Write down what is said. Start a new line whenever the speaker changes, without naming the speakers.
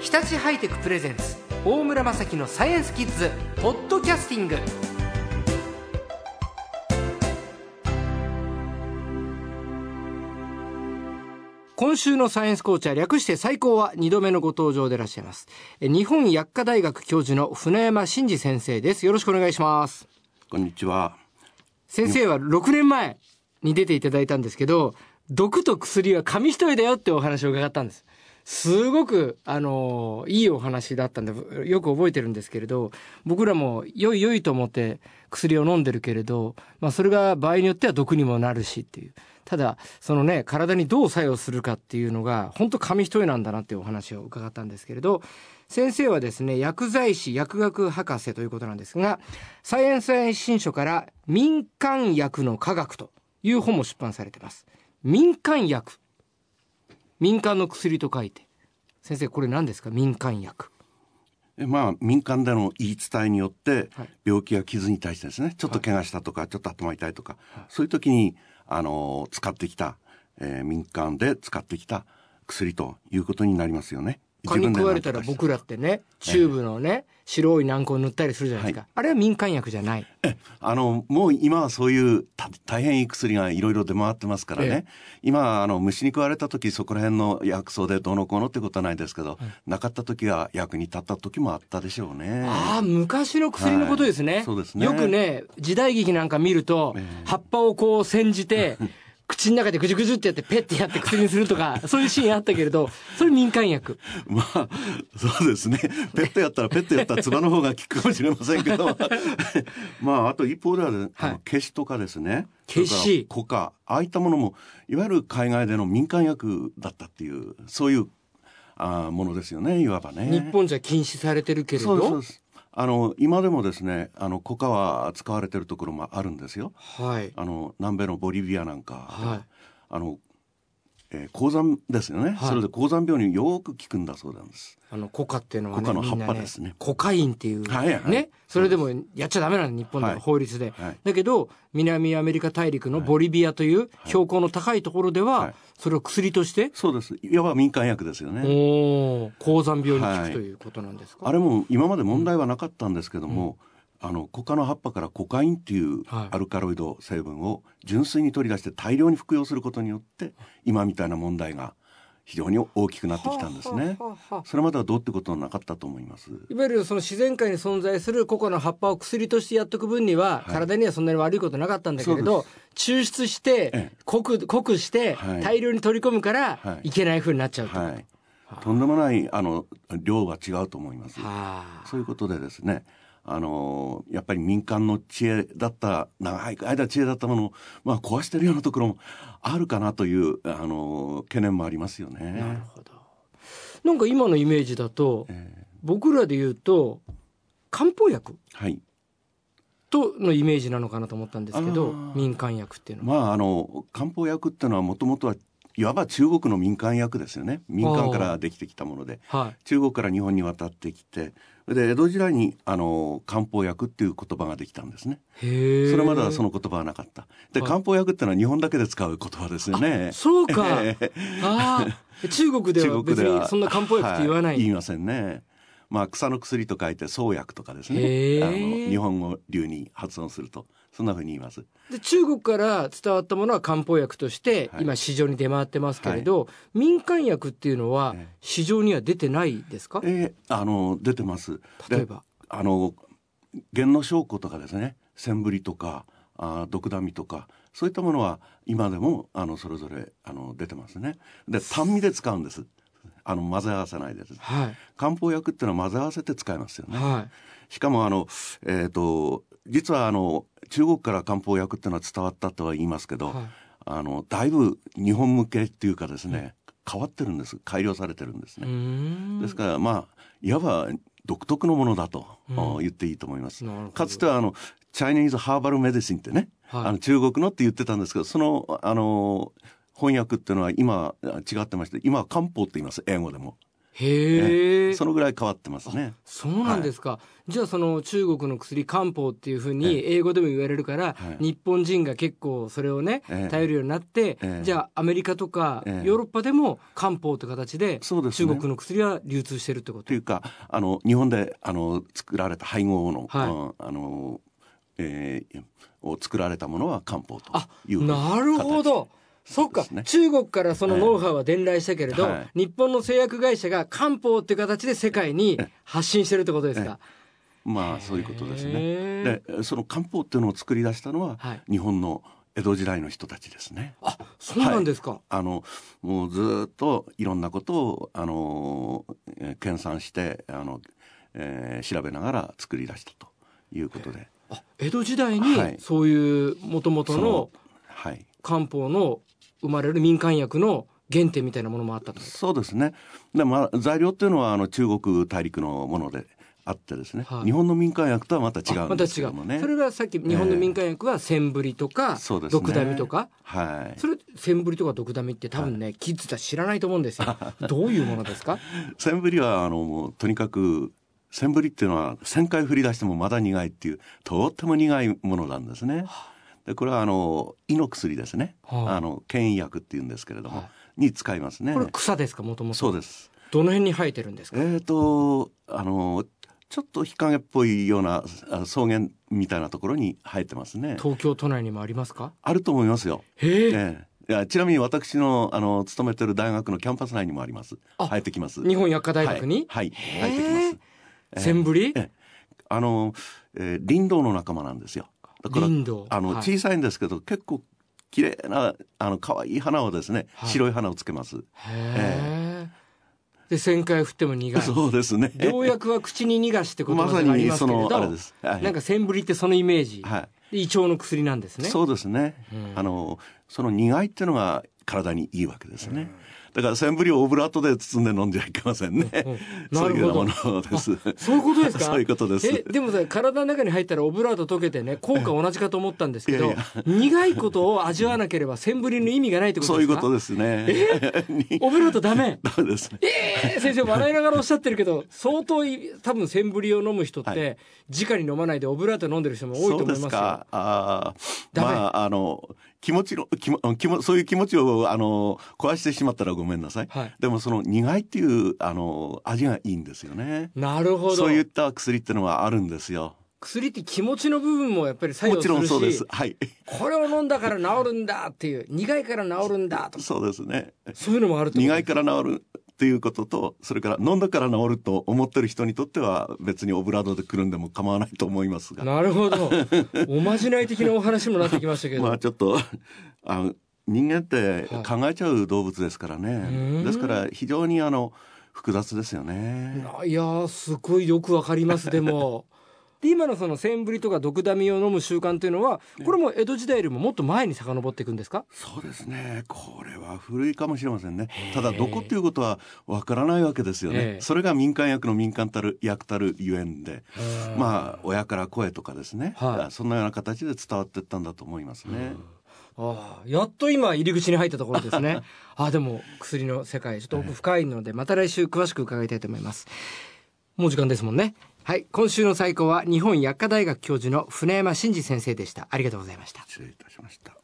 日立ハイテクプレゼンツ大村雅樹のサイエンスキッズポッドキャスティング今週のサイエンスコーチャー略して最高は2度目のご登場でいらっしゃいますえ日本薬科大学教授の船山真嗣先生ですよろしくお願いします
こんにちは。
先生は6年前に出ていただいたんですけど、毒と薬は紙一重だよってお話を伺ったんです。すごく、あのーいいお話だったんで、よく覚えてるんですけれど、僕らも良い良いと思って薬を飲んでるけれど、まあそれが場合によっては毒にもなるしっていう。ただ、そのね、体にどう作用するかっていうのが、本当紙一重なんだなっていうお話を伺ったんですけれど、先生はですね、薬剤師、薬学博士ということなんですが、サイエンス新書から民間薬の科学という本も出版されています。民間薬。民間の薬と書いて。先生、これ何ですか民間薬。
えまあ、民間での言い伝えによって
はい、
病気や傷に対してですね、ちょっと怪我したとか、ちょっと頭痛いとか、そういう時に、あのー、使ってきた、えー民間で使ってきた薬ということになりますよね。
蚊に
自分で
食われたら
何とかして
僕らってね、チューブのね、白い軟膏を塗ったりするじゃないですか。あれは民間薬じゃない。
あの、もう今はそういうた大変いい薬がいろいろ出回ってますからね。今、あの、虫に食われた時、そこら辺の薬草でどうのこうのってことはないですけど、なかった時は役に立った時もあったでしょうね。
ああ、昔の薬のことですね。
はいそうですね
よくね、時代劇なんか見ると
え、え
葉っぱをこう煎じ て、口の中でぐじゅぐじゅってやって、ペッてやって薬にすると か、そういうシーンあったけれど、それ民間薬。
まあ、そうですね。ペットやったらペットやったら唾の方が効くかもしれません けど。まあ、あと一方では、ね、あ
はい
のケシとかですね。
ケシ
それからコカ、ああいったものも、いわゆる海外での民間薬だったっていう、そういうあーものですよね、いわばね。
日本じゃ禁止されてるけれ
そうですそう
ど
で。す。あの、今でもですね、あの、コカは使われてるところもあるんですよ。
はい。
あの、南米のボリビアなんかでは、
はい
あの、えー鉱山ですよね、
はい
それで鉱山病によく効くんだそうなんです。
あの、コカっていうのはね、
コカの葉っぱ
みんな
ですね
コカインっていう、
はいはい
ね。それでもやっちゃダメなの、日本で
は
はい法律で。
はい
だけど、南アメリカ大陸のボリビアという標高の高いところでは、
はい
それを薬として、
そうです。いわば民間薬ですよね。
おお、高山病に効
は
く
い
ということなんですか。
あれも今まで問題はなかったんですけども、あの、コカの葉っぱからコカインっていう
はい
アルカロイド成分を純粋に取り出して大量に服用することによって、今みたいな問題が非常に大きくなってきたんです
は
ね
あはあはあ。
それまではどうってことはなかったと思います。
いわゆるその自然界に存在するココの葉っぱを薬としてやっとく分には、体にはそんなに悪いことなかったんだけれ
そう
ど、抽出して
ええ、
濃く、濃くして
は、い
大量に取り込むから
は、い
いけない風になっちゃうと。は
はい。とんでもない、あの、量が違うと思います。
あ。
そういうことでですね、あのやっぱり民間の知恵だった、長い間知恵だったものを、まあ壊してるようなところもあるかなという、あの懸念もありますよ
なる
ね。
ほど。なんか今のイメージだと、
え
僕らで言うと、漢方薬
ーはい。
とのイメージなのかなと思ったんですけど
あー、
民間薬っていうのは。
まあ、あの、漢方薬っていうのはもともとは、いわば中国の民間薬ですよね。民間からできてきたもので。
はい。
中国から日本に渡ってきて、で、江戸時代に、あの、漢方薬っていう言葉ができたんですね。
へえ。
それまではその言葉はなかった。で、
はい
漢方薬ってのは日本だけで使う言葉ですよね。
そう か。
ええ
ああ。中国では別にそんな漢方薬って言わな。
はい言いませんね。まあ、草の薬と書いて草薬とかです
へ
ね。
ー
あの日本語流に発音すると。そんなふうに言います。
で中国から伝わったものは漢方薬として、
はい
今市場に出回ってますけれど、民間薬っていうのは
ええ
市場には出てないですか、
えーあの、出てます。で
例えば。
あの、源の証拠とかですね。センブリとか、あードクダミとか、そういったものは今でも、あの、それぞれ、あの、出てますね。で、単味で使うんです。あの、混ぜ合わさないでです。
はい。
漢方薬っていうのは混ぜ合わせて使いますよね。
は
しかもあの、えっ、と、実はあの、中国から漢方薬っていうのは伝わったとは言いますけ
い。
ど、
は
あの、だいぶ日本向けっていうかですね、変わってるんです。改良されてるんです
い。うー
ね。
ん。
ですから、まあ、いわば独特のものだと、
うん
お言っていいと思います。
なるほど
かつてはあの、チャイニーズハーバルメディシンってね、
はい
あの中国のって言ってたんですけど、その、あの、翻訳っていうのは今違ってまして、今は漢方って言います、英語でも。
へえ。
そのぐらい変わってますね。
そうなんですか、じゃあその中国の薬漢方っていうふうに英語でも言われるから、
はい
日本人が結構それをね、
ええ
頼るようになって、
ええ
じゃあアメリカとか、
ええ
ヨーロッパでも漢方って形で
そうですね
中国の薬は流通してるってこと
というかあの日本であの作られた配合の、
はい
うんあのえーを作られたものは漢方と
あ
いう
なるほどそっか、
ですね
中国からそのノウハウは伝来したけれど、
はい
日本の製薬会社が漢方っていう形で世界に発信してるってことですか、
まあそういうことですね。
へ
でその漢方っていうのを作り出したのは、
ーはい、
日本の江戸時代の人たちですね。
あそうなんですか、
あのもうずーっといろんなことをあの、えー研鑽してあの、えー調べながら作り出したということで、
あ江戸時代
はい
にそういうもともと
そ
の
のはい、
漢方の生まれる民間薬の原点みたいなものもあったと。
そうですね。で、まあ、材料っていうのはあの中国大陸のものであってですね、
はい
日本の民間薬とはまた違
あ
うん
また
ですけ
違
どもね。
う。それがさっき日本の民間薬はセンブリとか、
そうですね
毒ダミとか。
はい。
それセンブリとか毒ダミって多分ね、キッズたち知らないと思うんですよ。どういうものです か？
センブリはあのもうとにかくセンブリっていうのは1000回振り出してもまだ苦いっていうとっても苦いものなんですね。でこれはあの胃の薬ですね。
はあ
あの牽引薬っていうんですけれども、
は
に使いますね
こ。れ草ですかもともと。
そうです。
どの辺に生えてるんですか？
えー、とあのちょっと日陰っぽいようなあ草原みたいなところに生えてますね。
東京都内にもありますか？
あると思いますよ。
へえ。
ええ、いやちなみに私のあの勤めてる大学のキャンパス内にもあります。
あ
入ってきます。
日本薬科大学に、
はい、
へえ
はい、入ってきます。ええ
センブリ
え、えあの、えー林道の仲間なんですよ。だから
林道。
あの、
はい
小さいんですけど結構綺麗なあの可愛い花をですね、
はい
白い花をつけます。
へえ。で1000回振っても苦い。
そうですね。
良薬は口に逃がしって言葉
まさ
があり
に
ます
そ
けれ
のあ
ど、
れです。はい
なんかセンブリってそのイメージ、
は
で胃腸の薬なんです
い、
ね。
そうですね。
うん
あのその苦いっていうのが体にいいわけですね。だからセンブリをオブラートで包んで飲んじゃいけませ んね。
うん
そういうよう
なる
なものです。
そういうことですか
そういうことです
えでもさ体の中に入ったらオブラート溶けてね効果同じかと思ったんですけど
いやい
苦いことを味わわなければセンブリの意味がないってこ
そ
と
うい
です
う
か
ことですね。 に
オブラートダ メ
ダメですね。
えー先生笑いながらおっしゃってるけど相当い多分センブリを飲む人って、
は
直に飲まないでオブラート飲んでる人も多い
そ
と
う
思
で
い
す
ますよ
か。ああ、
ダメ
まああの気持ちの気も気もそういう気持ちをあの壊してしまったらごめんなさい。
はい
でもその苦いっていうあの味がいいんですよね。
なるほど
そういった薬ってのはあるんですよ。
薬って気持ちの部分もやっぱり作
も
用す
ち
るし
ろんそうです。はい、
これを飲んだから治るんだっていう苦いから治るんだとか
そうですね。
そういうのもあるってこと
苦いから治るっていうこととそれから飲んだから治ると思ってる人にとっては別にオブラードでくるんでも構わないと思いますが
なるほどおまじない的なお話もなってきましたけど、
まあちょっとあの人間って
はい
考えちゃう動物ですからね、
ーん
ですから非常にあの複雑ですよね。
いやーすごいよくわかりますでもで今のそのセンブリとか毒ダミを飲む習慣というのはこれも江戸時代よりももっと前に遡っていくんですか
そうですねこれは古いかもしれませんねただどこっていうことはわからないわけですよ
え
ね
え
それが民間薬の民間たる薬たるゆえんでまあ親から声とかですね、
はい
そんなような形で伝わってったんだと思いますね。
ああやっと今入り口に入ったところですね ああでも薬の世界ちょっと奥深いのでまた来週詳しく伺いたいと思いますもう時間ですもんねはい今週の最高は日本薬科大学教授の船山真嗣先生でしたありがとうございました
失礼いたしました